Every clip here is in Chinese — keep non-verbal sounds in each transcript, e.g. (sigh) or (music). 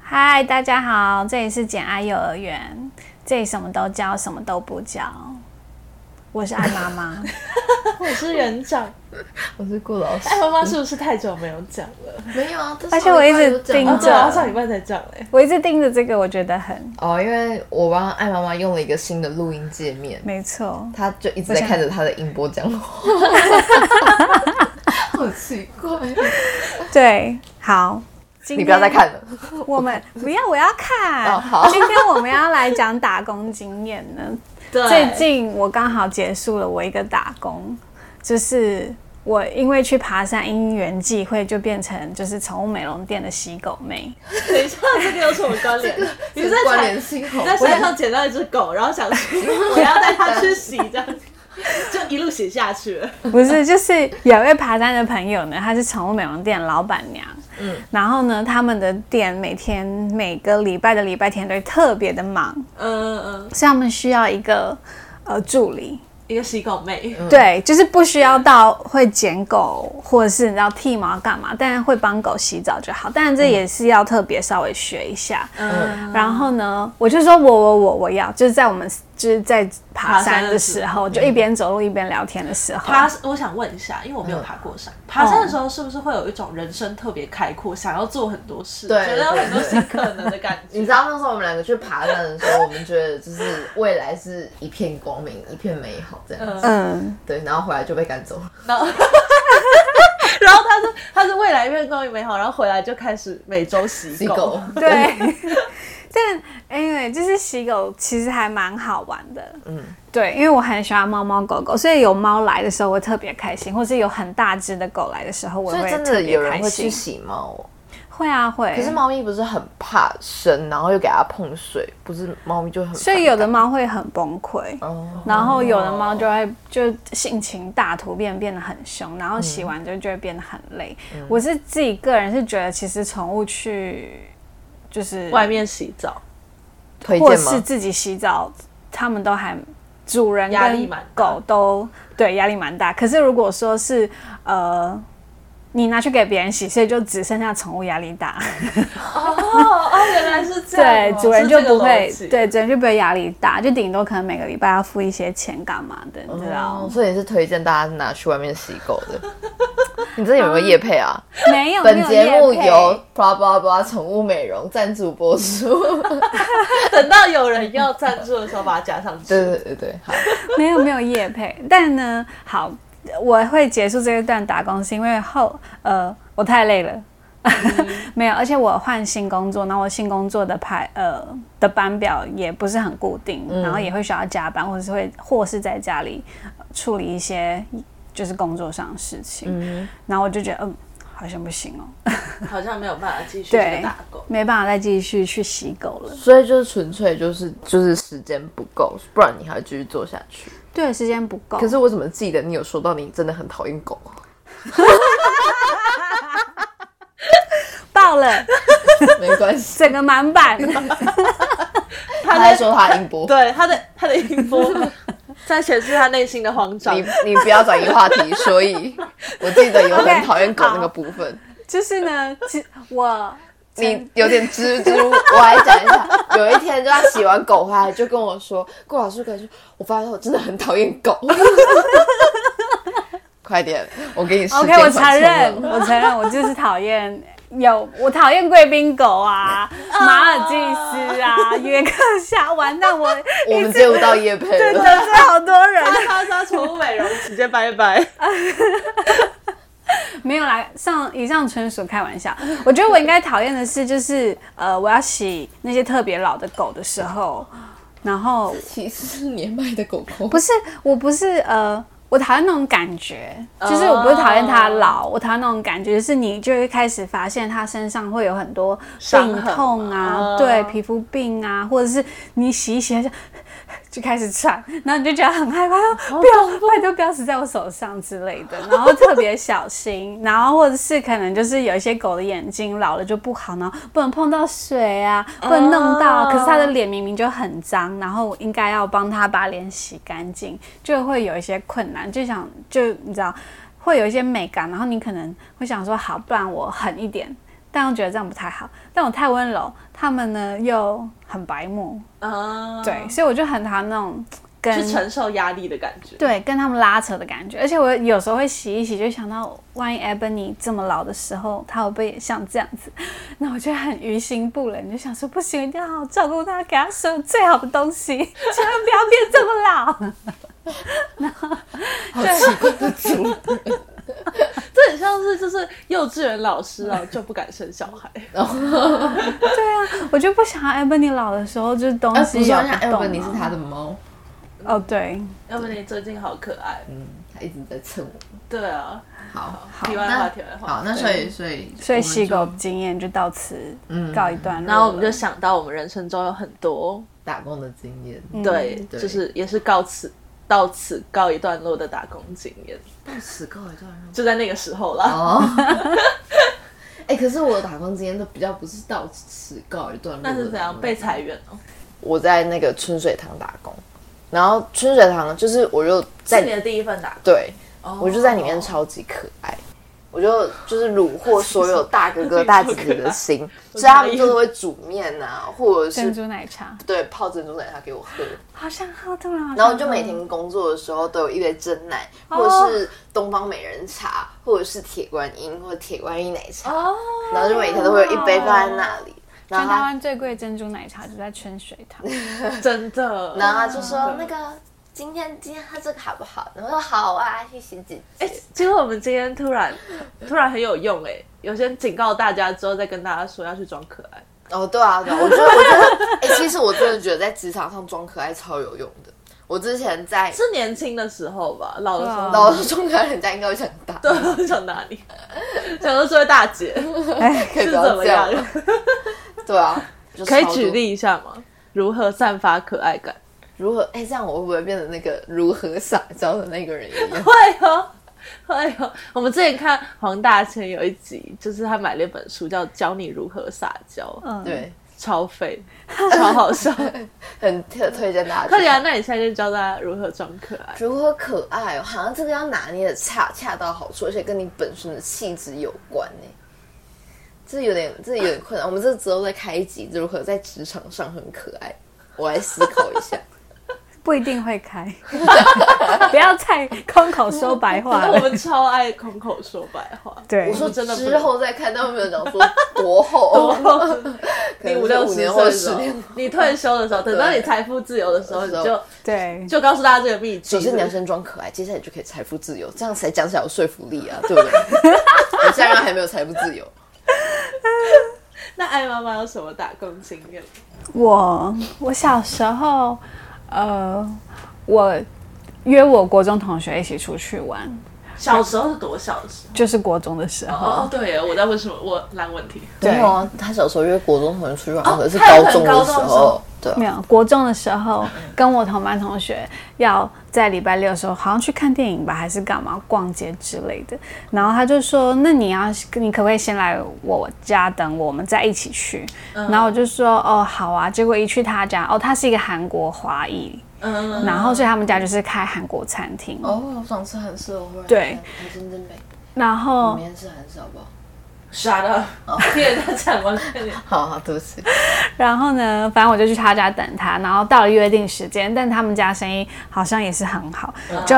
嗨，大家好，这里是简爱幼儿园，这里什么都教，什么都不教。我是爱妈 (laughs) 妈，我是园长，嗯我是顾老师哎，。妈妈是不是太久没有讲了？没有啊，而且我一直盯哦，真对的啊，着上礼拜才讲嘞。我一直盯着这个，我觉得很哦，因为我帮艾妈妈用了一个新的录音界面，没 (laughs) 错。她就一直在看着她的音波讲话， (laughs) 好奇怪。对，好，今你不要再天看了，我们不要，我要看。 (laughs) 哦好今天我们要来讲打工经验 (laughs) 呢。哎对最近我刚好结束了我一个打工，就是我因为去爬山，因缘际会就变成就是宠物美容店的洗狗妹。等一下，这个有什么关联？你这是个在关山联性好你在山上捡到一只狗，然后想说我要带它去洗，这样就一路洗下去了。 (laughs) 不是，就是有一位爬山的朋友呢，她是宠物美容店老板娘。嗯，然后呢，他们的店每天每个礼拜的礼拜天都会特别的忙，嗯嗯，所以他们需要一个呃助理。一个洗狗妹，嗯对，就是不需要到会捡狗或者是你知道剃毛干嘛，但是会帮狗洗澡就好。但是这也是要特别稍微学一下。嗯，然后呢，我就说我我我我要，就是在我们就是在爬爬山山的的时时候，就一边走路一边聊天的时候，爬，我想问一下，因为我没有爬过嗯山，爬山的时候是不是会有一种人生特别开阔，想要做很多事，对觉得有很多对对新可能的感觉？你 (laughs) 知道那时候我们两个去爬山的时候，我们觉得就是未来是一片光明，一片美好这样。嗯嗯，对，然后回来就被赶走了。然后，然后他是他是未来越光明美好，然后回来就开始每周洗洗狗。狗，对， (laughs) 但 anyway，就是洗狗其实还蛮好玩的。嗯，对，因为我很喜欢猫猫狗狗，所以有猫来的时候我会特别开心，或是有很大只的狗来的时候，我所也以会真特的有别人开会去心。洗猫、哦，会啊，会。可是猫咪不是很怕生，然后又给它碰水，不是猫咪就很所以有的猫会很崩溃，哦，然后有的猫就会就性情大突变，变得很凶，然后嗯洗完就就会变得很累。我是自己个人是觉得，其实宠物去就是外面洗澡，推或荐是吗？自己洗澡，他们都还主人压力跟蛮大狗都对压力蛮大。可是如果说是呃，你拿去给别人洗，所以就只剩下宠物压力 (laughs) 大，哦哦，原来是这对样哦，主人是就这个不会逻辑，对主人就不会压力大，就顶多可能每个礼拜要付一些钱干嘛的，你知道哦，？所以是推荐大家拿去外面洗狗的。 (laughs) 你这有没有业配啊？没有，本节哦目没有业配由 blah blah blah 宠物美容赞助播出。 (laughs) 等到有人要赞助的时候把它加上去。对对对对，好， (laughs) 没有没有夜配，但呢，好，我会结束这一段打工是因为后呃我太累了。 (laughs) 没有，而且我换新工作，然后我新工作的排呃的班表也不是很固定，然后也会需要加班，或者是会或是在家里呃处理一些就是工作上的事情，然后我就觉得嗯好像不行哦，好像没有办法继续这个 (laughs) 对打工，。 (laughs) 没办法再继续去洗狗了。所以就是纯粹就是就是时间不够，不然你还会继续做下去。对，时间不够。可是我怎么记得你有说到你真的很讨厌狗？ (laughs) 爆了，没关 (laughs) 系，整个满版。他在说他音 (laughs) 波。对他的他的音波 (laughs) 在显示他内心的慌张你。你不要转移话题，所以我记得有 OK，很讨厌狗好那个部分。就是呢，其我你有点支支吾吾，我还讲一下，有一天就他洗完狗回来就跟我说，顾老师跟我说，我发现我真的很讨厌 (laughs) 狗。快点，我给你时间 OK，我缓冲承认，了我承认，我就是讨厌有我讨厌贵宾狗啊、哦马尔济斯啊、约克夏，完蛋我 (laughs) 我们接不到叶佩真的了。是好多人。 (laughs) 他他他宠物美容直接拜拜，没有啦，上以上纯属开玩笑。我觉得我应该讨厌的是，就是呃，我要洗那些特别老的狗的时候，然后其实是年迈的狗狗，不是，我不是呃，我讨厌那种感觉，哦就是我不是讨厌它老，我讨厌那种感觉，就是你就会开始发现它身上会有很多伤病痕痛啊，哦对，皮肤病啊，或者是你洗一洗它就就开始喘，然后你就觉得很害怕，不要，拜托不要死在我手上之类的，然后特别小心， (laughs) 然后或者是可能就是有一些狗的眼睛老了就不好，然后不能碰到水啊，不能弄到，哦可是它的脸明明就很脏，然后我应该要帮它把脸洗干净，就会有一些困难，就想就你知道会有一些美感，然后你可能会想说好，不然我狠一点。但我觉得这样不太好。但我太温柔，他们呢又很白目，嗯啊，对，，所以我就很讨厌那种跟去承受压力的感觉。对跟他们拉扯的感觉。而且我有时候会洗一洗，就想到万一 Ebony 这么老的时候，他会不会也像这样子？那我就很于心不忍，就想说不行，我一定要好好照顾他，给他所有最好的东西，千 (laughs) 万不要变这么老。 (laughs) 好奇怪的组 (laughs) 这很像是就是幼稚园老师 (laughs) 啊，就不敢生小孩。对啊，我就不想要 Ebony 老的时候就是东哎，不西是，咬像不 e 动、 v 你是他的猫，哦，对，要不你最近好可爱。嗯，他一直在蹭我。对啊，好，题外话，那题外话。好，那所以所以所我以们洗就嗯狗经验就到此告一段落了。然后我们就想到我们人生中有很多打工的经验，嗯对，对就是也是告此到此告一段落的打工经验，到此告一段落。就在那个时候啦。哦， (laughs) 哎，可是我的打工经验都比较不是到此告一段落 (laughs) 的那那种。是怎样被裁员哦？我在那个春水堂打工，然后春水堂就是我就在是哦你的第一份打工，对，我就在里面超级可爱，我就就是 (laughs) 虏获所有大哥哥大姐姐的心，所以他们就是会煮面啊，或者珍是珠奶茶，对泡珍珠奶茶给我喝，好想喝，突然好想喝然后就每天工作的时候都有一杯真奶，或者哦是东方美人茶，或者是铁观音或者铁观音奶茶，哦，然后就每天都会有一杯放在那里，然全后台他湾最贵的珍珠奶茶就在春水堂， (laughs) 真的。然后他就嗯说那个。今天今天他这个好不好？然后说好啊，谢谢姐姐。结哎果我们今天突然突然很有用哎、有先警告大家之后，再跟大家说要去装可爱。哦，对啊，对啊，我觉得，我觉得， (laughs) 哎、其实我真的觉得在职场上装可爱超有用的。我之前在是年轻的时候吧，老的时候，对啊老是装可爱，人家应该会想打，对，啊我 (laughs) 想打你，想说这位大 (laughs) 姐 (laughs) 哎，可以是不怎要么这样样？吗，对啊，就可以超多举例一下吗？如何散发可爱感？如何？哎、这样我会不会变成那个如何撒娇的那个人一 (laughs) 样？会哦，会哦。我们之前看黄大千有一集，就是他买了一本书，叫《教你如何撒娇》，嗯，对，超废，超 (laughs) 好笑。很特推荐大家去看。快点啊，那你现在就教大家如何装可爱。如何可爱哦，好像这个要拿捏的恰恰到好处，而且跟你本身的气质有关呢。这有点，这有点困难。我们这之后再开一集，如何在职场上很可爱，我来思考一 (laughs) 下。不一定会开， (laughs) 不要再空口说白话我 (laughs) 了。们超爱空口说白话。对我说真的不之后再看，但我没有讲说多 (laughs) 厚， (laughs) 可你能五是六五十岁年或的十时候 (laughs) 年。，你退休的时候，等到你财富自由的时候，你对就对，就告诉大家这个秘籍首。先你要先装可爱，接下来就可以财富自由，这样才讲起来有说服力啊，对不对？ (laughs) 我现在还没有财富自由，那艾妈妈有什么打工经验？我我小时候，呃，我约我国中同学一起出去玩，小时候是多小的时候？就是国中的时候，哦，对耶，我在问什么？我烂问题。对没有啊。他小时候约国中同学出去玩，可是哦他也高很中高的时中的时候候，对啊没有，国中的时候跟我同班同学要在礼拜六的时候，好像去看电影吧，还是干嘛逛街之类的。然后他就说：“那你要你可不可以先来我家等我，我们再一起去？”然后我就说：“哦，好啊。”结果一去他家，哦，他是一个韩国华裔，嗯，然后所以他们家就是开韩国餐厅。哦，我想吃韩式哦，忽然对看，还真真美，然后明天吃韩式好不好？傻了， (laughs) 听人家讲完快点。好好，对不起，然后呢，反正我就去他家等他，然后到了约定时间，但他们家生意好像也是很好，嗯就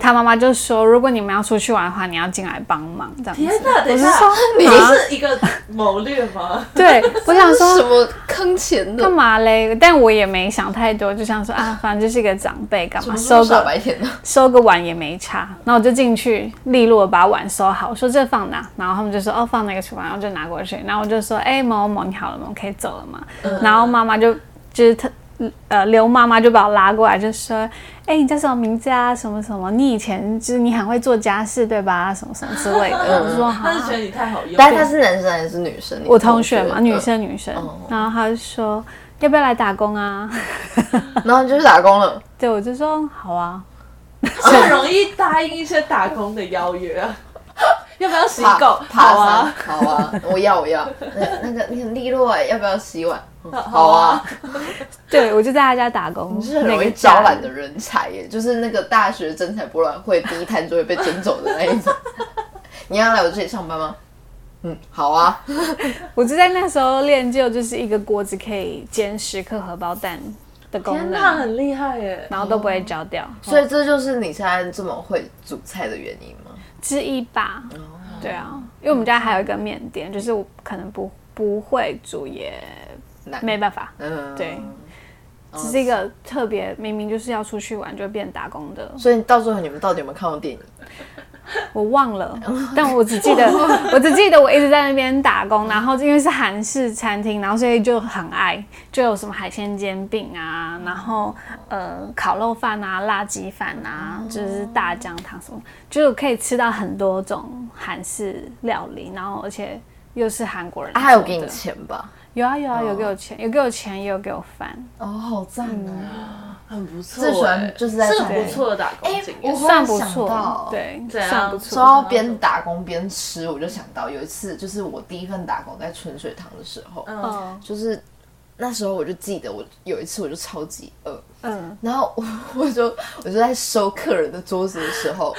他妈妈就说，如果你们要出去玩的话，你要进来帮忙这样子。天哪，等我一是下说，， (laughs) 你啊是一个谋略吗？对，我想什说。么坑钱干的？嘛嘞？但我也没想太多，就想说啊，反正就是一个长辈，干嘛什么收傻个白甜的？收个碗也没差。然后我就进去，利落地把碗收好，我说这放哪？然后他们就说哦，放那个厨房，然后就拿过去。然后我就说，哎、某某某，你好了吗？我可以走了吗？嗯然后妈妈就就是她呃刘妈妈就把我拉过来，就说：“哎、你叫什么名字啊？什么什么？你以前就是你很会做家事对吧？什么什么之类嗯的。”我说：“好他。是”觉得你太好用，但是他是男生还是女生？你我同学嘛，嗯女生女生。然后他就说：“要不要来打工啊 (laughs) 然后你就去打工了。？”对，我就说：“好啊。很容易答应一些打工的邀约啊。 (laughs) 要不要洗爬狗？爬好啊，山好啊，我要我要，那那个你很利落哎，要不要洗碗？嗯好好啊啊，”对，我就在他家打工，你是很容易招揽的人才耶，就是那个大学征 (laughs) 才博览会第一摊就会被征走的那一种。你要来我这里上班吗？嗯，好啊，我就在那时候练就就是一个锅子可以煎十颗荷包蛋的功天哪，能，很厉害耶！然后都不会焦掉，所以这就是你现在这么会煮菜的原因吗？之一吧。对啊，因为我们家还有一个面点，就是我可能不不会煮也难没办法，嗯，对只是一个特别明明就是要出去玩就变打工的，所以到最后你们到底有没有看过电影？我忘 (laughs) 了，但我只记得我只记得我一直在那边打工，然后因为是韩式餐厅，然后所以就很爱，就有什么海鲜煎饼啊，然后呃烤肉饭啊、辣鸡饭啊，哦就是大酱汤什么，就是可以吃到很多种韩式料理，然后而且又是韩国人做啊，的，还有给你钱吧？有啊哦有啊，有给我钱，有给我钱，也有给我饭，哦，好赞啊！嗯很不错欸这耶，喜欢就是在是上很面不错的打工经验。我忽算然不想错到，对，怎样算不说错。糟到边打工边吃，我就想到有一次，就是我第一份打工在春水堂的时候，嗯，嗯就是那时候我就记得我有一次我就超级饿，嗯，然后我我 (laughs) 就我就在收客人的桌子的时候，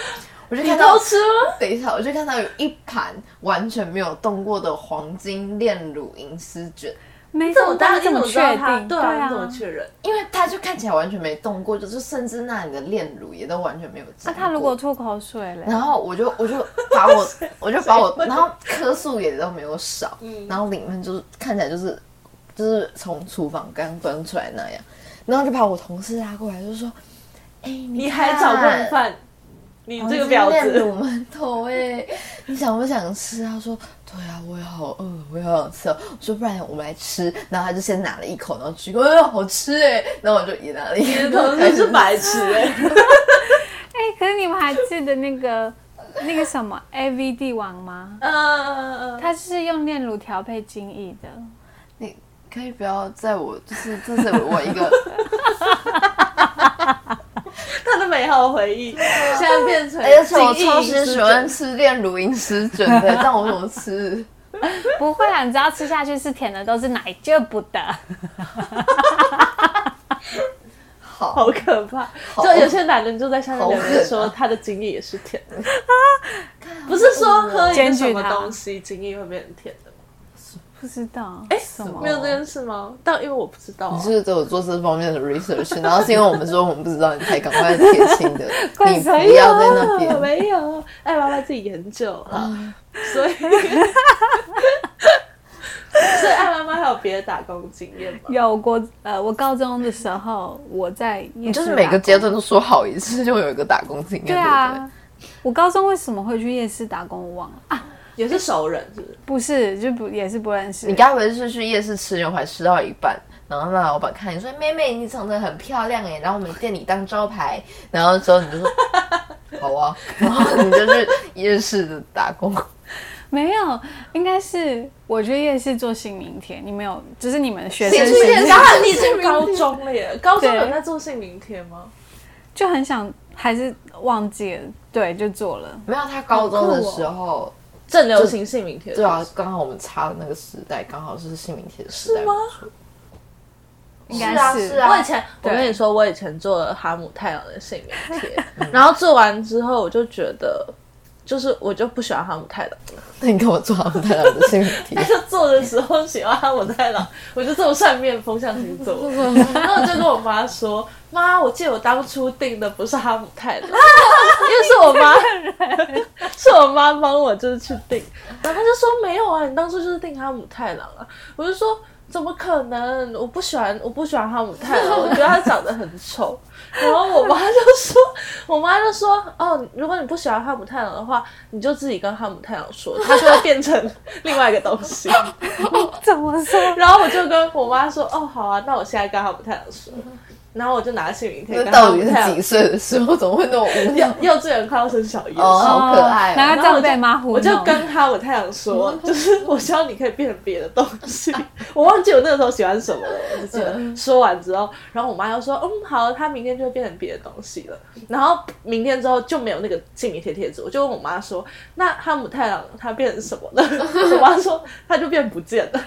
我就你看到偷吃吗？等一下，我就看到有一盘完全没有动过的黄金炼乳银丝卷，没这我当当然然这怎么么确知道它定，对啊，你怎么确认？因为它就看起来完全没动过，就是甚至那里的炼乳也都完全没有那沾过。啊他如果吐口水嘞？然后我就我就把我我就 (laughs) 把我，然后颗数也都没有少，嗯然后里面就是看起来就是就是从厨房刚端出来那样，然后就把我同事拉过来就说：“哎、你你你还找共犯？你这个婊子，卤馒头哎、你想不想吃？”他说：“对啊，我也好饿，我也好想吃、哦。”我说：“不然我们来吃。”然后他就先拿了一口，然后鞠躬：“哎呦，好吃哎、然后我就也拿了一口， (laughs) 你的同事是白痴哎！哎、可是你们还记得那个那个什么 A V 帝王吗？嗯嗯嗯嗯，它是用炼乳调配精液的。你可以不要在我就是这是我一 (laughs) 个。”他的美好回忆现在变成，而且哎我超级喜欢，吃炼乳饮食卷的，让我怎么吃？不会啊，你只要吃下去是甜的，都是奶就不得。好，好可怕！就有些男人就在下面留言好说狠啊他的精液也是甜的，不是说喝一个什么东西精液会变成甜的吗？不知道哎、什么没有这件事吗？但因为我不知道啊 (laughs) 你，是不是都有做这方面的 research？然后是因为我们说我们不知道，你才赶快撇清 (laughs) 的。你不谁要在那边，没有，哎，娃娃自己研究啊，所 (laughs) 以。所以艾妈妈还有别的打工经验吗？有过呃，我高中的时候我在夜市就是每啊打个工阶段都说好一次，就有一个打工经验，对对不啊。我高中为什么会去夜市打工？我忘了啊，也是熟人，是不是？不是，就不也是不认识。对？你该不会是去夜市吃牛排吃到一半，然后让老板看你说：“妹妹，你长得很漂亮耶，然后我们店里当招牌。”然后之后你就说：“好啊。”然后你就去夜市的打工。没有，应该是我去夜市做姓名贴，你们有，就是你们学生你去时夜期市然 (laughs) 后你是高中了耶，高中有在做姓名贴吗？就很想，还是忘记了，对，就做了。没有，他高中的时候。正流行姓名贴，对啊，，刚好我们插的那个时代，刚好是姓名贴的时代。是吗没错？应是该啊，是啊。我以前，我对跟你说，我以前做了哈姆太郎的姓名贴，然后做完之后，我就觉得，就是我就不喜欢哈姆太郎了。那你跟我做好太郎的姓名贴但，是做的时候喜欢哈姆太郎，我就这么善变风向星座，然后我就跟我妈说：“妈，我记得我当初定的不是哈姆太郎，因为是我妈，是我妈帮我就是去定。”然后她就说：“没有啊，你当初就是定哈姆太郎啊。”我就说。怎么可能？我不喜欢，我不喜欢哈姆太郎，我觉得他长得很丑。然后我妈就说，我妈就说，哦，如果你不喜欢哈姆太郎的话，你就自己跟哈姆太郎说，他就会变成另外一个东西。 (laughs) (laughs) 怎么说？然后我就跟我妈说，哦，好啊，那我现在跟哈姆太郎说。然后我就拿姓名贴那跟哈到姆底太是郎几。岁的时候，怎么会那么无聊？幼稚园快要升小一的时哦候， (laughs) 好可爱哦然后然这后我样就被妈糊弄我就 (laughs) 跟哈姆太郎说，就是我希望你可以变成别的东 (laughs) 西。我忘记我那个时候喜欢什么了，我就记嗯得说完之后，然后我妈就说，嗯，好，他明天就会变成别的东西了。然后明天之后就没有那个姓名贴贴纸，我就问我妈说，那哈姆太郎他变成什么了？ (laughs) 我妈说他就变不见了。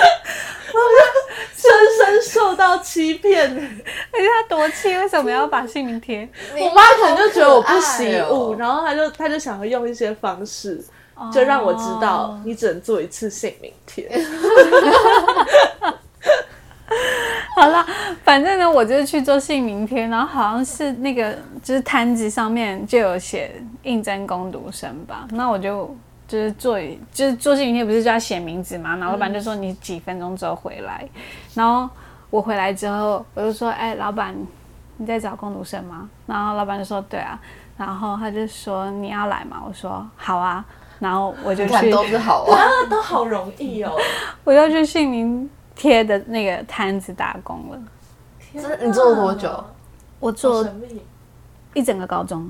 而深深受到欺骗， (laughs) 且他多气，为什干嘛要把姓名贴？ (laughs) 我妈可能就觉得我你不好可爱习哦武，然后她就她就想要用一些方式，就让我知道你只能做一次姓名贴。好了，反正呢，我就是去做姓名贴，然后好像是那个就是摊子上面就有写应征工读生吧，那我就。就是做一，就是做姓名贴，不是就要写名字嘛？然后老板就说你几分钟之后回来，然后我回来之后，我就说，哎、老板，你在找工读生吗？然后老板就说，对啊。然后他就说你要来吗？我说好啊。然后我 (laughs) 就感去，动是好啊，啊，都好容易 (laughs) 哦！我就去姓名贴的那个摊子打工了。真的你做了多久我好做神秘，一整个高中，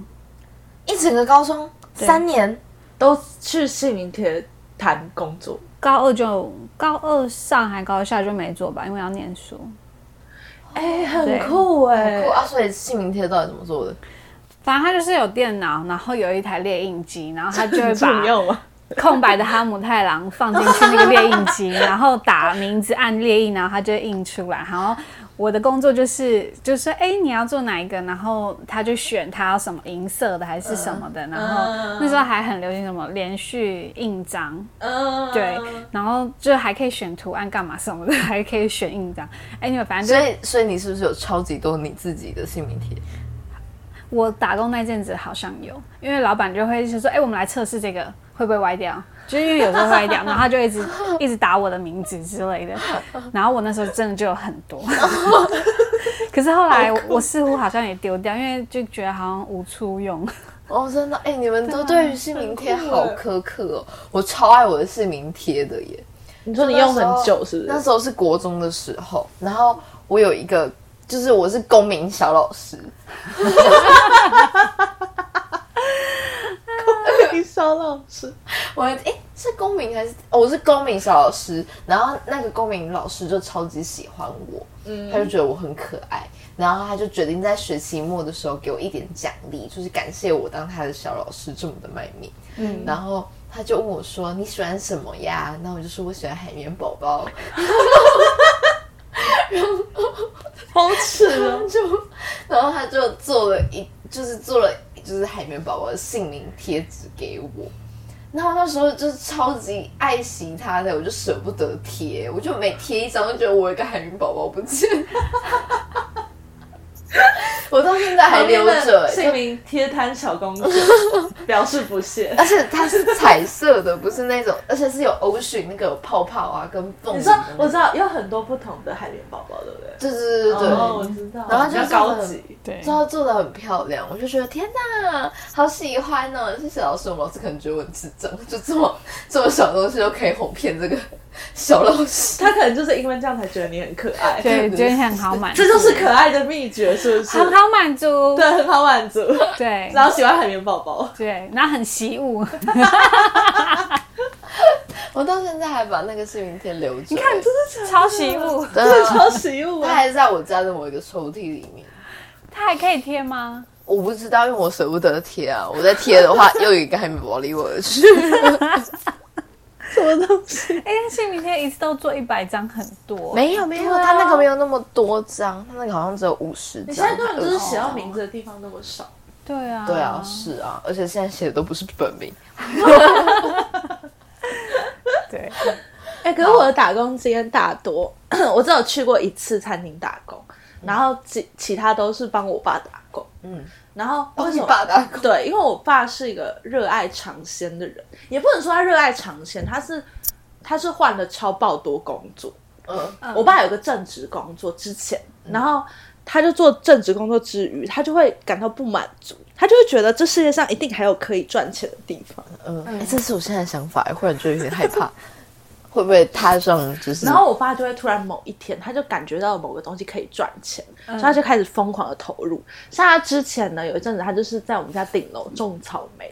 一整个高中三年，都去姓名贴谈工作。高二就高二上还高下就没做吧，因为要念书。哎、很酷哎、哇！所以姓名贴到底怎么做的？反正他就是有电脑，然后有一台猎印机，然后他就会很 (laughs) 重把要吗？空白的哈姆太郎放进去那个猎印机， (laughs) 然后打名字按猎印，然后它就会印出来。然后我的工作就是就是说，哎、你要做哪一个？然后他就选他要什么银色的还是什么的。然后那时候还很流行什么连续印章，嗯，对，然后就还可以选图案干嘛什么的， (laughs) 还可以选印章。anyway，反正所就是以，所以你是不是有超级多你自己的姓名贴？我打工那阵子好像有，因为老板就会就说，哎、我们来测试这个会不会歪掉，就是因为有时候会歪掉，然后他就一直 (laughs) 一直打我的名字之类的，然后我那时候真的就有很 (laughs) 多，可是后来我我似乎好像也丢掉，因为就觉得好像无处用。 (laughs) 哦，真的，哎、你们都对于姓名贴好苛刻哦。我超爱我的姓名贴的耶。你说你用很久是不那是？时候是国中的时候，然后我有一个，就是我是公民小老师，你烧 (laughs) 老师，我哎、诶是公民还是、哦我是公民小老师，然后那个公民老师就超级喜欢我，他就觉得我很可爱，然后他就决定在学期末的时候给我一点奖励，就是感谢我当他的小老师这么的卖命。嗯，然后他就问我说你喜欢什么呀？那我就说我喜欢海绵宝宝，好耻哦！就 (laughs) 然后他就做了一，就是做了就是海绵宝宝的姓名贴纸给我。然后那时候就是超级爱惜它的，我就舍不得贴，我就每贴一张就觉得我有一个海绵宝宝不见 (laughs) 了，我到现在还留着、欸姓名贴摊小公 (laughs) 主表示不屑。而且它是彩色的，不是那种，而且是有 ocean 那个有泡泡啊跟蹦你的说那种。我知道有很多不同的海绵宝宝，对不对？对对对对对，哦，我知道，然后比就较是高级。对之后做的很漂亮，我就觉得天哪，好喜欢哦！谢谢老师，我们老师可能觉得我很智障，就这么这么小的东西都可以哄骗这个 (laughs) 小老师。他可能就是因为这样才觉得你很可爱，对，觉得很好满足这，就是可爱的秘诀，是不是？很好满足，对，很好满 (laughs) 足，对然后喜欢海绵宝宝。对，然后很习 (laughs) 武。我到现在还把那个姓名贴留着，你你看，这是超习武，这真的，超实用它啊！还在我家的某一个抽屉里面。它还可以贴吗？我不知道，因为我舍不得贴啊。我在贴的话，又有一个海绵宝宝离我而去。什么东西？哎、姓名贴一次都做一百张，很多。 (laughs) 没有没有，它那个没有那么多张，它那个好像只有五十张。你现在根本就是啊写到名字的地方那么少，对啊，对啊，是啊，而且现在写的都不是本名。对，哎、可是我的打工经验大多， (clears throat) 我只有去过一次餐厅打工，然后其其他都是帮我爸打工。嗯，然后哦为什你么？爸打工对，因为我爸是一个热爱尝鲜的人，也不能说他热爱尝鲜，他是他是换了超爆多工作。嗯。我爸有个正职工作之前，然后他就做正职工作之余，他就会感到不满足，他就会觉得这世界上一定还有可以赚钱的地方。嗯，欸这是我现在的想法，哎忽然就有点害怕， (laughs) 会不会踏上就是？然后我爸就会突然某一天，他就感觉到某个东西可以赚钱，所以嗯他就开始疯狂的投入。像他之前呢，有一阵子他就是在我们家顶楼种草 (laughs) 莓，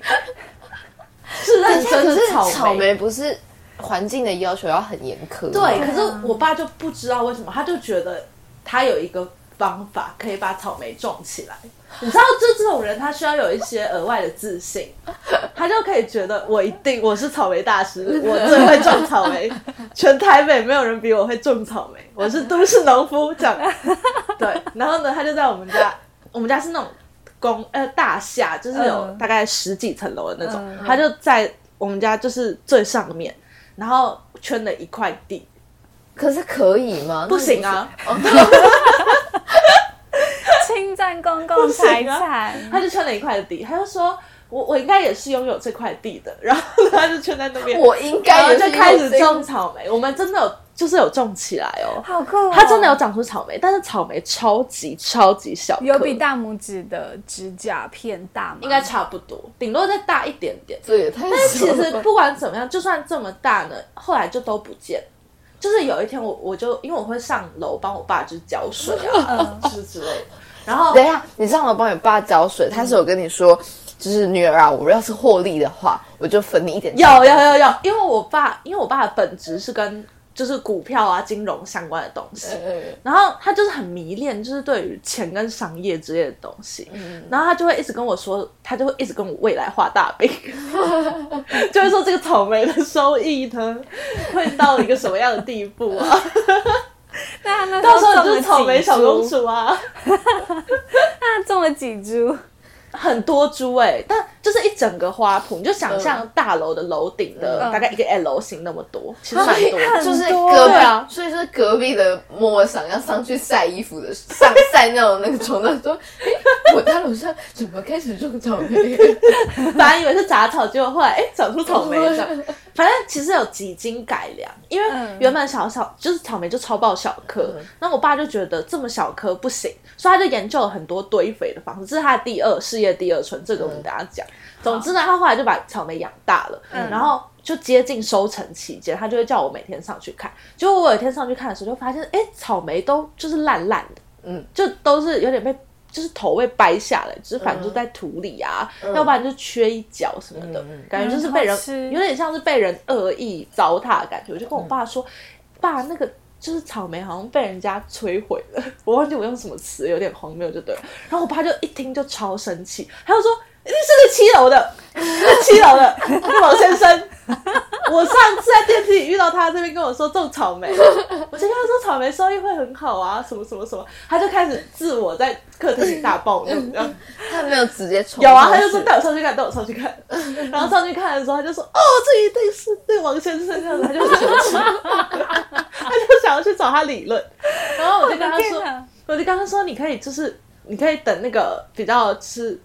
是但认是真可的是莓。草莓不是环境的要求要很严苛吗，对，可是我爸就不知道为什么，他就觉得他有一个方法可以把草莓种起来。你知道，就这种人，他需要有一些额外的 (laughs) 自信，他就可以觉得我一定我是草莓大师，我最会种草 (laughs) 莓，全台北没有人比 (laughs) 我会种草莓，我是都市农夫这样。对，然后呢，他就在我们家，我们家是那种公呃大厦，就是有嗯大概十几层楼的那种嗯，他就在我们家就是最上面，然后圈了一块地，可是可以吗？不行啊，哦 (laughs) 侵占公共财产，他就圈了一块地，他就说我我应该也是拥有这块地的，然后呢 (laughs) 他就圈在那那边，是不是，我应然该后也是就开有始这种草莓，我们真的有就是有种起来哦。好酷、哦！它真的有长出草莓，但是草莓超级超级小颗，有比大拇指的指甲片大吗？应该差不多，顶多再大一点点。这也太但是其小 (laughs) 实了吧不管怎么样，就算这么大呢，后来就都不见了。就是有一天我我就因为我会上楼帮我爸就是浇水啊，就是 (laughs) 之类的。然后 (laughs) 等一下，你上楼帮你爸浇水，他是有跟你说，就是女儿啊，我要是获利的话，我就分你一点。嗯有有有有，因为我爸因为我爸的本职是跟就是股票啊金融相关的东西，呃，然后他就是很迷恋，就是对于钱跟商业之类的东西，然后他就会一直跟我说，他就会一直跟我未来画大饼， (laughs) 就会说这个草莓的收益呢，会到一个什么样的地步啊？那那 (laughs) 到时候种你就是草莓小公，主啊，那种了几株？很多株哎、但就是一整个花圃，你就想象大楼的楼顶的、嗯大概一个 L 型那么多，其实所蛮 (laughs) 以多的。就是很多隔壁对啊所以就是隔壁的默默想要上去晒衣服的，上 (laughs) 晒那种那个床单，说，哎，我大楼上怎么开始种草莓？ (laughs) (laughs) 本来以为是杂草，结果后来哎长出草莓 (laughs) 这样。反正其实有几经改良，因为嗯原本小小就是草莓就超爆小颗嗯，那、我爸就觉得这么小颗不行，所以他就研究了很多堆肥的方式，这是他的第二事业第二春，这个我们等一下讲。总之呢，他后来就把草莓养大了，嗯然后就接近收成期间，他就会叫我每天上去看。结果我有一天上去看的时候，就发现哎草莓都就是烂烂的，嗯，就都是有点被。就是头被掰下来，就是反正就在土里啊，要不然就缺一角什么的，嗯感觉就是被人嗯好吃有点像是被人恶意糟蹋的感觉。我就跟我爸说：“爸，那个就是草莓，好像被人家摧毁了。” (laughs) 我忘记我用什么词，有点荒谬，就对了。然后我爸就一听就超生气，他就说：“你是个七楼的， (laughs) 你是七楼的老先生。” (laughs) 我上次在电梯里遇到他，这边跟我说种草 (laughs) 莓，我就跟他说草莓收益会很好啊，什么什么什么，他就开始自我在客厅里大暴怒，嗯这样。他没有直接冲，有啊，他就说带我上去看，带我上去看。嗯然后上去看的时候，他就说：“哦，这一定是对王先生这样子。”他就很生气， (laughs) 他就想要去找他理论。然后我就跟他说哦我的天哪：“我就跟他说，你可以就是你可以等那个比较就是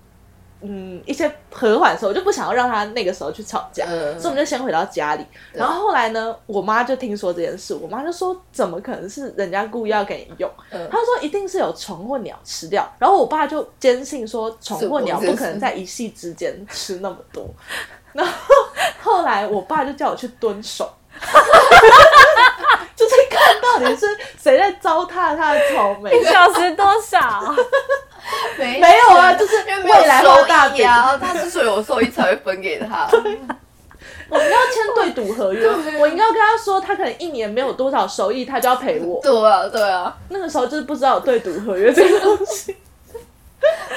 嗯一些和缓的时候，我就不想要让他那个时候去吵架，嗯所以我们就先回到家里。然后后来呢，我妈就听说这件事，我妈就说：怎么可能是人家故意要给你用？嗯她说一定是有虫或鸟吃掉。然后我爸就坚信说虫或鸟不可能在一夕之间吃那么多。然后后来我爸就叫我去蹲守。 (laughs) (laughs) 就是看到底是谁在糟蹋他的草 (laughs) 莓，一小时多 (laughs) 少？没没有啊就是因为没有未来画大饼收益啊，他是所以我收益才会分 (laughs) 给他。我们要签对啊赌合约，我应该要跟他说，他可能一年没有多少收益，他就要赔 (laughs) 我。对啊，对啊，那个时候就是不知道有对赌合约这个东 (laughs) 西，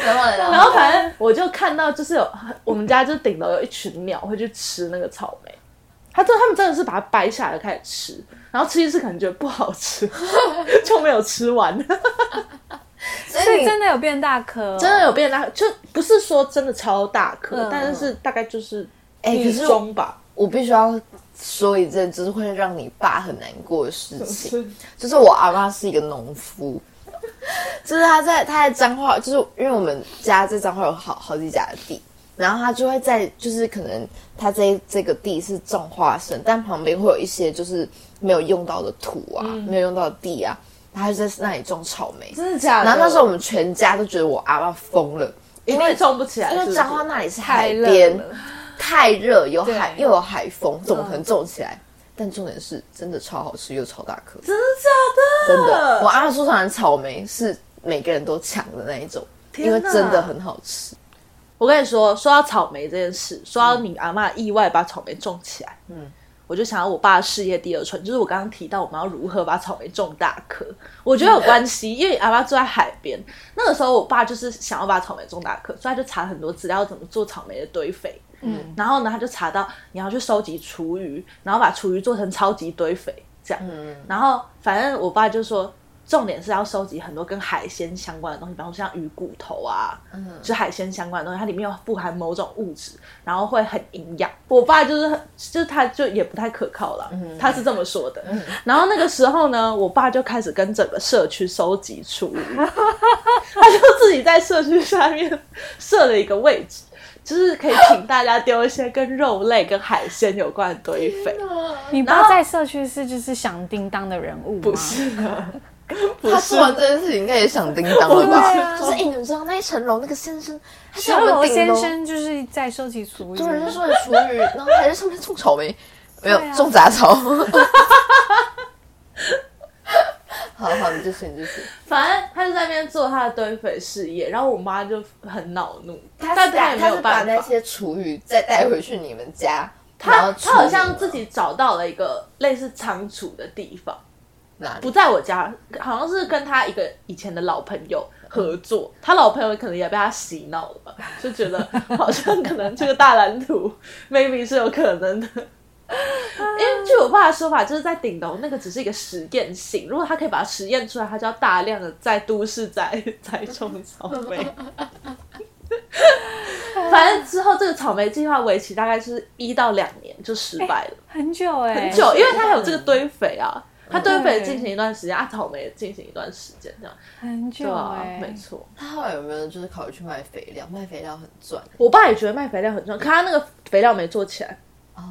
然后然然后反正我就看到就是有我们家就顶楼有一群鸟会去吃那个草莓，他真的他们真的是把它掰下来开始吃，然后吃一次可能觉得不好 (laughs) 吃，就没有吃完。所所以以你真的有变大颗、哦，真的有变大，就不是说真的超大颗，嗯但是大概就是哎可一是我中吧。我必须要说一件就是会让你爸很难过的事情，就是我阿妈是一个农夫， (laughs) 就是他在他在彰化，就是因为我们家在彰化有好好几甲的地，然后他就会在就是可能他这这个地是种花生，但旁边会有一些就是没有用到的土啊，嗯没有用到的地啊，他就在那里种草莓。啊真的假的？然后那时候我们全家都觉得我阿妈疯了，因为种不起来，因是为不彰是化那里是太海热边，了，太热，有海对又有海风，怎么可能种起来？但重点是真的超好吃又超大颗，真的假的？真的。我阿妈说产草莓是每个人都抢的那一种，因为天哪真的很好吃。我跟你说，说到草莓这件事，说到你阿嬷意外把草莓种起来，嗯嗯，我就想要我爸的事业第二春，就是我刚刚提到我们要如何把草莓种大颗，我觉得有关系，因为阿妈住在海边，那个时候我爸就是想要把草莓种大颗，所以他就查很多资料怎么做草莓的堆肥，嗯，然后呢他就查到你要去收集厨余，然后把厨余做成超级堆肥这样，然后反正我爸就说。重点是要收集很多跟海鲜相关的东西，比方说像鱼骨头啊，嗯，就海鲜相关的东西，它里面有富含某种物质，然后会很营养。我爸就是很，就是他就也不太可靠了，嗯他是这么说的。然后那个时候呢，我爸就开始跟整个社区收集厨余，他就自己在社区下面设了一个位置。就是可以请大家丢一些跟肉类、跟海鲜有关的堆肥，你爸在社区是就是响叮当的人物吗？不是啊，不他是做完这件事情，应该也想叮当 (laughs) 了对吧？啊就是哎、你们知道那一层楼那个先生，他在小我罗们顶先楼，生就是在收集厨余，对，就说你厨余，然后还在上面种草莓，没有、对啊种杂草。 (laughs) 好好，你继续，你继续。反正他就在那边做他的堆肥事业，然后我妈就很恼怒，他但她是把也没他有是把办那法。些厨余再带回去你们家，然他后他好处像理自己找到了一个类似仓储的地方，哪不里？在我家，好像是跟他一个以前的老朋友合作，他老朋友可能也被他洗脑了吧，就觉得好像可能这个大蓝图 (laughs) maybe 是有可能的。 (laughs) 因为据我爸的说法，就是在顶楼那个只是一个实验性，如果他可以把它实验出来，他就要大量的在都市栽栽种草莓。反正之后这个草莓计划为期大概是一到两年就失败了。很久哎、很久，因为它还有这个堆肥啊，它堆肥进行一段时间，啊，草莓也进行一段时间，这样很对久啊哎、，没错。他后来有没有就是考虑去卖肥料？卖肥料很赚我爸也觉得卖肥料很重要，可他那个肥料没做起来，哦。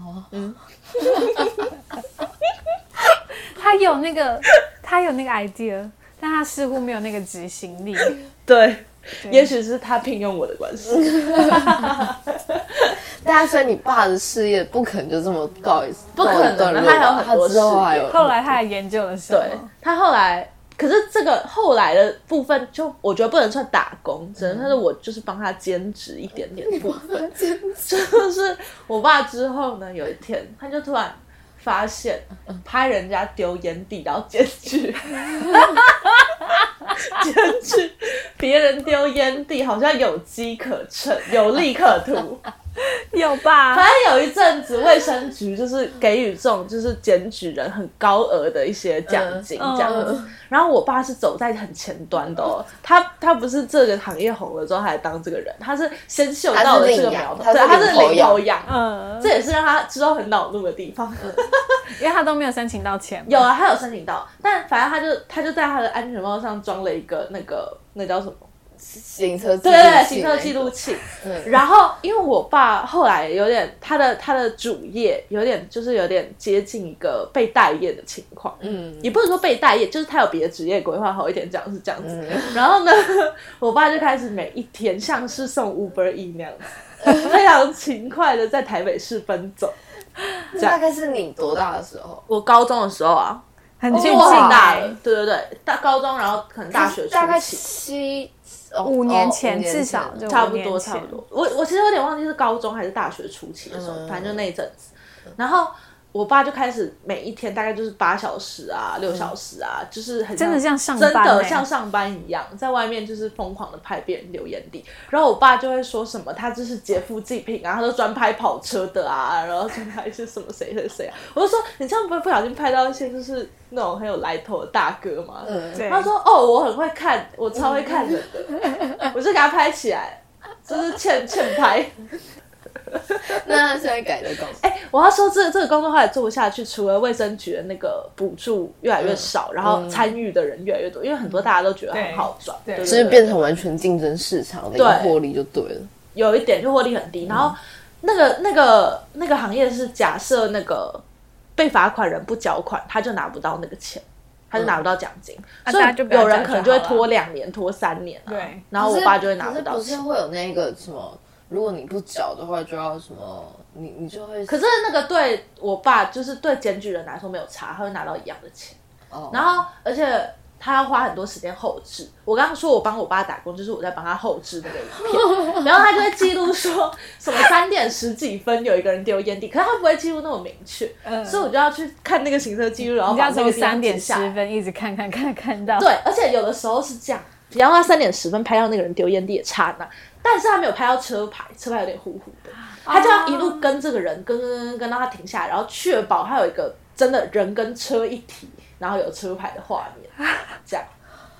他有那个他有那个 idea，但他似乎没有那个执行力。对，也许是他聘用我的关 (laughs) 系，大家所以你爸的事业不可能就这么告一不可能啊告一段落他还有很多他之后还事业有后来他还研究了什对么？他后来。可是这个后来的部分，就我觉得不能算打工，只能算是我就是帮他兼职一点点的部分。就是我爸之后呢，有一天他就突然发现拍人家丢烟蒂，然后检举，检举别人丢烟蒂，好像有机可乘，有利可图。有吧？反正有一阵子，卫生局就是给予这种就是检举人很高额的一些奖金嗯这样子。然后我爸是走在很前端的哦，他他不是这个行业红了之后还当这个人，他是先嗅到了这个苗头，他是对，领养他他是是领头领头羊，嗯，这也是让他之后很恼怒的地方。因为他都没有申请到钱嘛。有啊，他有申请到，但反正他就他就在他的安全帽上装了一个那个那叫什么？行车记对录器对那对，个行车记录器。嗯然后，因为我爸后来有点他的他的主业有点就是有点接近一个被待业的情况，嗯也不能说被待业，就是他有别的职业规划好一点，讲是这样子。然后呢，我爸就开始每一天像是送 Uber E 那样 (laughs) 子，非常勤快的在台北市奔走。那大概是你多大的时候？我高中的时候啊，很其接实近我很大欸了，对对对，大高中，然后可能大学初大概期。七哦五年前哦五年至少就差五不年多，前差不多。我我其实有点忘记是高中还是大学初期的时候，嗯反正就那一阵子。嗯然后我爸就开始每一天大概就是八小时啊、六小时啊，就是很嗯真的像上班真的欸像上班一样，在外面就是疯狂的拍别人留言地。然后我爸就会说什么，他就是劫富济贫啊，他都专拍跑车的啊， (laughs) 然后专拍是什么谁谁谁啊。我就说你这样不会不小心拍到一些就是那种很有来头的大哥吗？嗯对他说：“哦，我很会看，我超会看人的， (laughs) 我就给他拍起来，就是欠欠拍。那他现在改的工作， (laughs) 哎、我要说这个这个工作后来做不下去，除了卫生局的那个补助越来越少，然后参与的人越来越多，因为很多大家都觉得很好赚，对嗯对对所以变成完全竞争市场的一个获利就对了。有一点就获利很低。然后那个那个那个行业是假设那个被罚款人不缴款，他就拿不到那个钱。”他就拿不到奖金，啊所大家就不以要有人缴可能就就好会了拖两年、拖三年、啊，对然后我爸就会拿可不是到可是钱不。是会有那个什么，如果你不缴的话，就要什么，你你就会可是那个对我爸，就是对检举人来说没有差，他会拿到一样的钱。哦，然后，而且他要花很多时间后置。我刚刚说我帮我爸打工，就是我在帮他后置那个影 (laughs) 片，然后他就会记录说什么三点十几分有一个人丢烟蒂，可是他不会记录那么明确，嗯所以我就要去看那个行车记录，然后你把要那从个地方三点记十下来分一直看看看看到。对，而且有的时候是这样，比方说他三点十分拍到那个人丢烟蒂的刹那，但是他没有拍到车牌，车牌有点糊糊的，他就要一路跟这个人跟跟跟跟到他停下来，然后确保他有一个真的人跟车一体，然后有车牌的画面，这样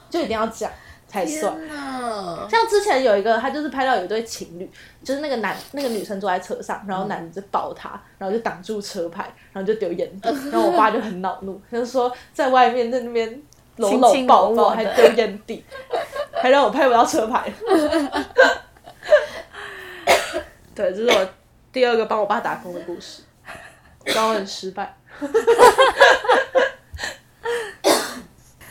就一定要这样才算。天哪！像之前有一个，他就是拍到有一对情侣，就是那个男那个女生坐在车上，然后男的就抱她，然后就挡住车牌，然后就丢眼镜，然后我爸就很恼怒，他就说在外面在那边搂卿搂卿抱我抱我还的丢眼底，还让我拍不到车牌。 (laughs) 对，这是我第二个帮我爸打工的故事，虽然我很失败。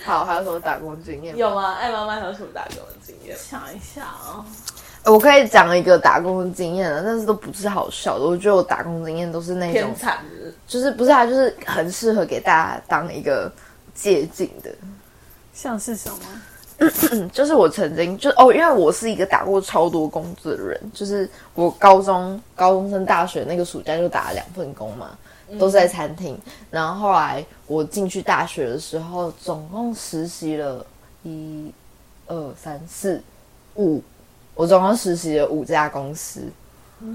好，还有什么打工经验吗？有吗？艾妈妈还有什么打工的经验？想一下哦，呃我可以讲一个打工的经验啊了，但是都不是好笑的。我觉得我打工经验都是那种偏，惨是不是就是不是啊，就是很适合给大家当一个借鉴的。像是什么？就是我曾经就哦，因为我是一个打过超多工作的人，就是我高中高中升大学那个暑假就打了两份工嘛，都是在餐厅。然后后来我进去大学的时候，总共实习了一、二、三、四、五，我总共实习了五家公司。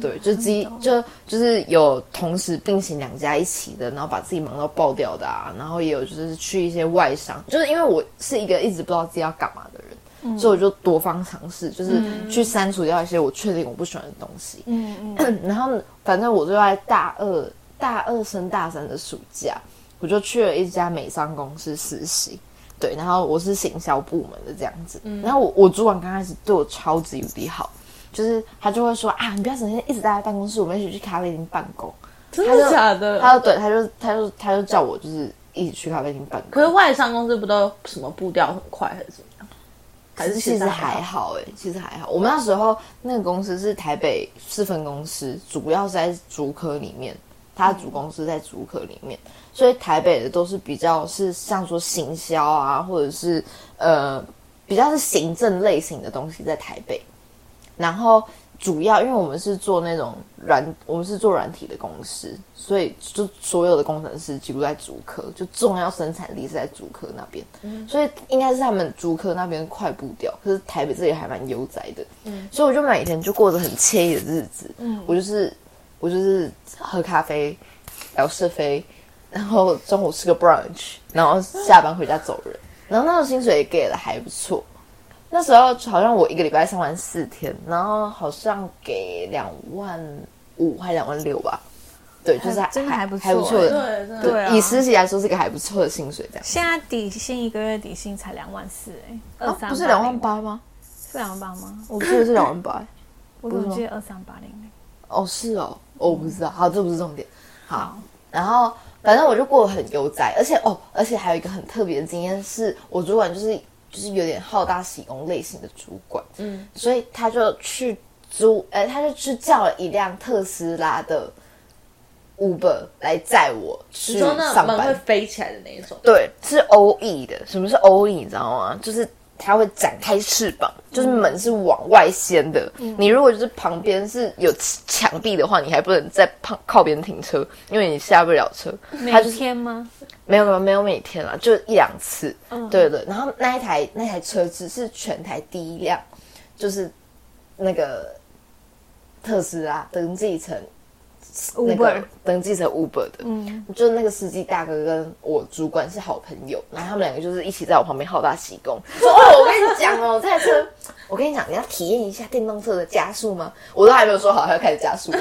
对，就基就就是有同时并行两家一起的，然后把自己忙到爆掉的啊，然后也有就是去一些外商，就是因为我是一个一直不知道自己要干嘛的人，嗯所以我就多方尝试，就是去删除掉一些我确定我不喜欢的东西。嗯嗯，然后反正我就在大二大二升大三的暑假，我就去了一家美商公司实习。对，然后我是行销部门的这样子。嗯然后我我主管刚开始对我超级无敌好，就是他就会说啊，你不要整天一直待在办公室，我们一起去咖啡厅办公。真的假的？他就对，他就他就他就叫我就是一起去咖啡厅办可公。是外商公司不都什么步调很快还是怎么样？还可是是其实还好哎、其实还好。我们那时候那个公司是台北市分公司，主要是在竹科里面，它嗯的主公司在竹科里面，所以台北的都是比较是像说行销啊，或者是呃比较是行政类型的东西在台北。然后主要因为我们是做那种软，我们是做软体的公司，所以就所有的工程师几乎在主科，就重要生产力是在主科那边，所以应该是他们主科那边快步调，可是台北这里还蛮悠哉的，嗯所以我就每天就过着很惬意的日子，我就是我就是喝咖啡，聊是非，然后中午吃个 brunch，然后下班回家走人，然后那时候薪水也给的还不错，那时候好像我一个礼拜上完四天，然后好像给两万五还两万六吧，对，就是真的还不错还不错的，对对对啊以实习来说是一个还不错的薪水，这样。现在底薪一个月底薪才两万四哎，二啊三、不是两万，八吗？是两万八吗？我记得是两万八。欸 (laughs) 我怎么记得二三八零哦，是哦，哦我不知道。好，这不是重点。好，然后反正我就过得很悠哉，而且哦，而且还有一个很特别的经验是，我主管就是就是有点好大喜功类型的主管，嗯，所以他就去租，哎、他就去叫了一辆特斯拉的 Uber 来载我你去说那上门会班。飞起来的那一种，对，是 O E 的。什么是 O E？你知道吗？就是它会展开翅膀，就是门是往外掀的。你如果就是旁边是有墙壁的话，你还不能在旁靠边停车，因为你下不了车。它每就是天吗？没有没有没有每天啦，就一两次。对对。然后那一台那台车子是全台第一辆，就是那个特斯拉登记成那个 Uber 登记成 Uber 的，嗯，就那个司机大哥跟我主管是好朋友，然后他们两个就是一起在我旁边好大喜功，说哦，我跟你讲哦，这台车，我跟你讲，你要体验一下电动车的加速吗？我都还没有说好，他就开始加速，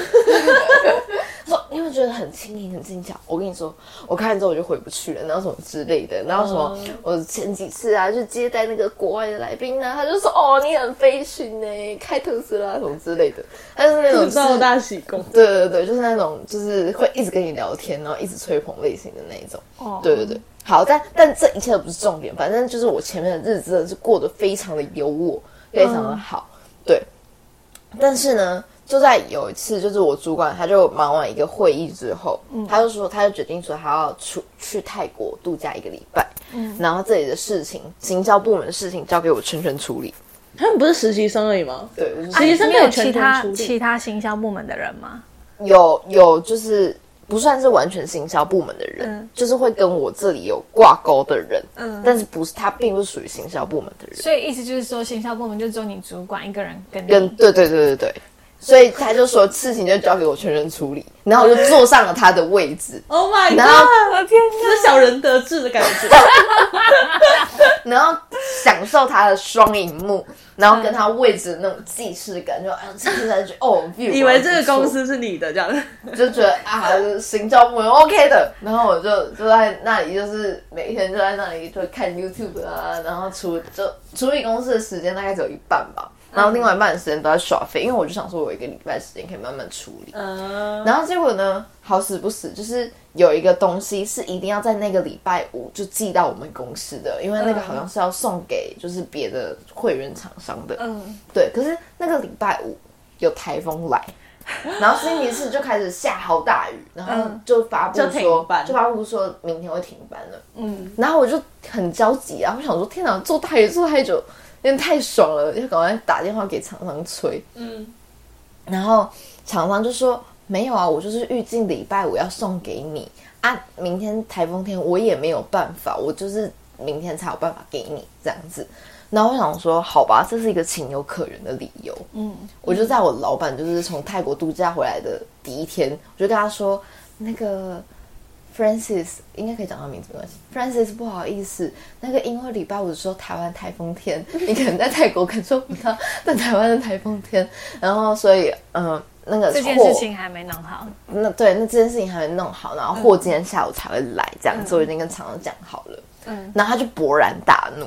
说你有没有觉得很轻盈很轻巧？我跟你说，我看完之后我就回不去了，然后什么之类的，然后什么，我前几次啊去接待那个国外的来宾啊，他就说哦，你很飞讯呢，开特斯拉什么之类的，他就是那种制造是大喜功。对对对，就是那种就是会一直跟你聊天，然后一直吹捧类型的那一种。哦对对对，好，但但这一切都不是重点，反正就是我前面的日子真的是过得非常的优渥，非常的好。对，但是呢，就在有一次，就是我主管他就忙完一个会议之后，他就说他就决定说他要出去泰国度假一个礼拜，然后这里的事情，行销部门的事情交给我全权处理。啊他们不是实习生而已吗？对，啊我就是实习生没可有以全其权他处理。其他行销部门的人吗？有有就是不算是完全行销部门的人，就是会跟我这里有挂钩的人，嗯，但是不是他并不是属于行销部门的人，所以意思就是说，行销部门就只有你主管一个人跟你跟对对对对对，所以他就说事情就交给我全人处理，然后我就坐上了他的位置， Oh my 然后 god！我天哪，这小人得志的感 (laughs) 觉。然后享受他的双荧幕，然后跟他位置的那种既视感，就哎呀，这现在就哦，view 以为这个还不错公司是你的这样，就觉得啊，行销部门 OK 的，然后我就就在那里，就是每天就在那里就看 YouTube 啊，然后处就处理公司的时间大概只有一半吧，然后另外一半的时间都在耍废，因为我就想说我有一个礼拜时间可以慢慢处理，嗯，然后结果呢，好死不死就是有一个东西是一定要在那个礼拜五就寄到我们公司的，因为那个好像是要送给就是别的会员厂商的，嗯，对，可是那个礼拜五有台风来，然后星期四就开始下好大雨，然后就发嗯布就停说，班就发布说明天会停班了。嗯，然后我就很焦急啊，我想说天哪，做太久做太久，有点太爽了，要赶快打电话给厂商催。嗯，然后厂商就说没有啊，我就是预计礼拜五要送给你啊，明天台风天我也没有办法，我就是明天才有办法给你这样子。然后我想说，好吧，这是一个情有可原的理由。嗯，我就在我老板就是从泰国度假回来的第一天，我就跟他说，那个 Francis 应该可以讲他名字没关系。Francis 不好意思，那个因为礼拜五的时候台湾台 (laughs) 风天，你可能在泰国感受不到，但台湾的台风天，然后所以嗯、呃那个这件货事情还没弄好，那对，那这件事情还没弄好，然后货嗯今天下午才会来，这样子、我已经跟厂长讲好了。嗯，然后他就勃然大怒，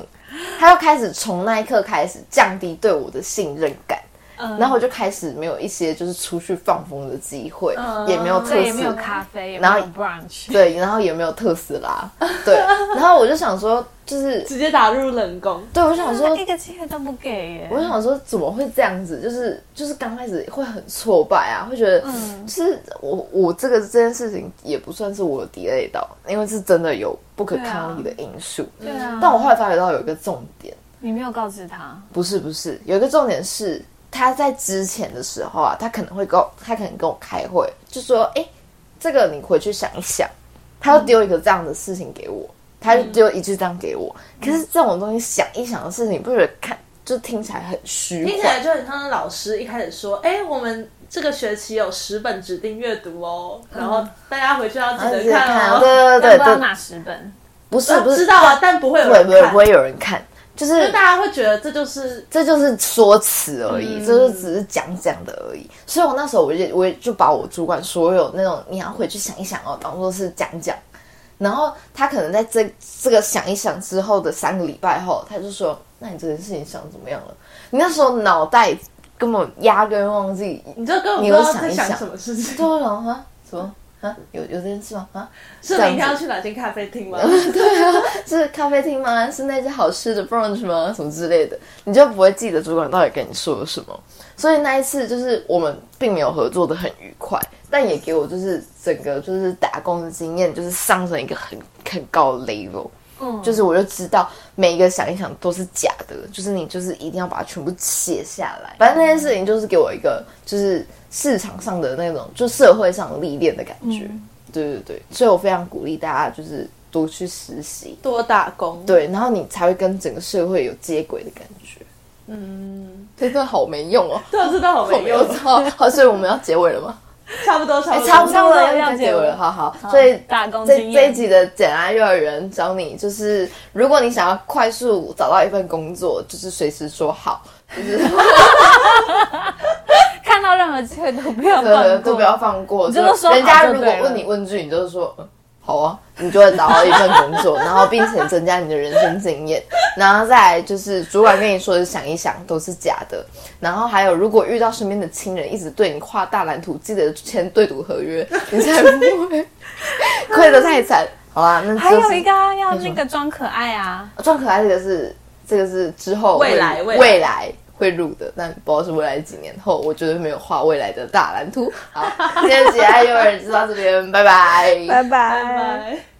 他就开始从那一刻开始降低对我的信任感，嗯然后我就开始没有一些就是出去放风的机会，也没有特所嗯以也没色有咖啡，也没然后有 brunch，对，然后也没有特斯拉， (laughs) 对，然后我就想说，就是直接打入冷宫。对我想说一个机会都不给耶。我就想说，怎么会这样子？就是就是刚开始会很挫败啊，会觉得，嗯就是我我这个这件事情也不算是我 delay 到，因为是真的有不可啊抗力的因素。嗯对啊，但我后来发觉到有一个重点，你没有告知他，不是不是，有一个重点是他在之前的时候啊，他可能会跟我，他可能跟我开会，就说，哎、这个你回去想一想，他嗯就丢一个这样的事情给我，他就丢一句这样给我。嗯可是这种东西想一想的事情，你不觉得看就听起来很虚听起幻来就很像老师一开始说：“哎、我们这个学期有十本指定阅读哦，然嗯后大家回去要记啊得看哦。哎对但对对不知道对，哪十本，不是不是知道啊，，但不会有不会人不会看，不会有人看，就是就大家会觉得这就是这就是说辞而已，这嗯就只是讲讲的而已。所以我那时候我就我也就把我主管所有那种你要回去想一想哦，当做是讲讲。然后他可能在这这个想一想之后的三个礼拜后，他就说：“那你这件事情想怎么样了？”你那时候脑袋根本压根忘记，你就根本不你知有道想在一想想什么事情。对我想啊，什么啊？有有这件事吗？啊，是这样明天子要去哪间咖啡厅吗？是咖啡厅吗？是那家好吃的 brunch 吗？什么之类的，你就不会记得主管到底跟你说了什么。所以那一次就是我们并没有合作的很愉快，但也给我就是整个就是打工的经验就是上升一个很很高的 level。嗯，就是我就知道每一个想一想都是假的，就是你就是一定要把它全部写下来。反正那件事情就是给我一个就是市场上的那种就社会上的历练的感觉。对对对，所以我非常鼓励大家就是多去实习，多打工，对，然后你才会跟整个社会有接轨的感觉。嗯，这段好没用哦，对，这都好好没没用用，哦。好，所以我们要结尾了吗？差不多，差不多， (laughs) 差不多了，要要结尾结尾了。好好，所所以以打工这经这一验，集的简爱幼儿园找你，就是如果你想要快速找到一份工作，就是随时说好，就是看到任何机会都不 (laughs) 要呃放都过不。要放过。你就说人好家就如果对了问你问句，你就是说。嗯好啊，你就会找到一份工作，然后并且增加你的人生经验，然后再来就是主管跟你说的想一想都是假的，然后还有如果遇到身边的亲人一直对你画大蓝图，记得签对赌合约，你才不会 (laughs) 亏得太惨。好啦，那、就是、还有一个啊要那个装可爱啊，哦装可爱这个是这个是之后会未来未来未来会录的，但不知道是未来几年后，我觉得没有画未来的大蓝图。好，今天节爱幼儿园就到这边，拜拜，拜拜。拜拜。